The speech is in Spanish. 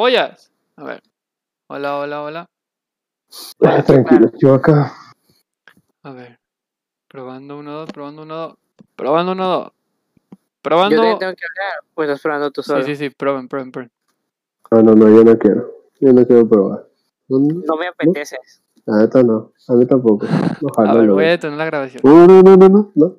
gilipollas. A ver. Hola, hola, hola. Ah, tranquilo, yo acá. A ver. Probando uno, dos, probando uno, dos. Probando uno, dos. Probando. Yo también tengo que hablar, pues estás probando tú solo. Sí, sí, sí, proben, proben, proben. Ah, no, no, yo no quiero. Yo no quiero probar. No, no. No me apeteces. Ah, esto no. A mí tampoco. A Ojalá ver, Ah, lo voy a vea. detener la grabación. No, no, no, no, no, no.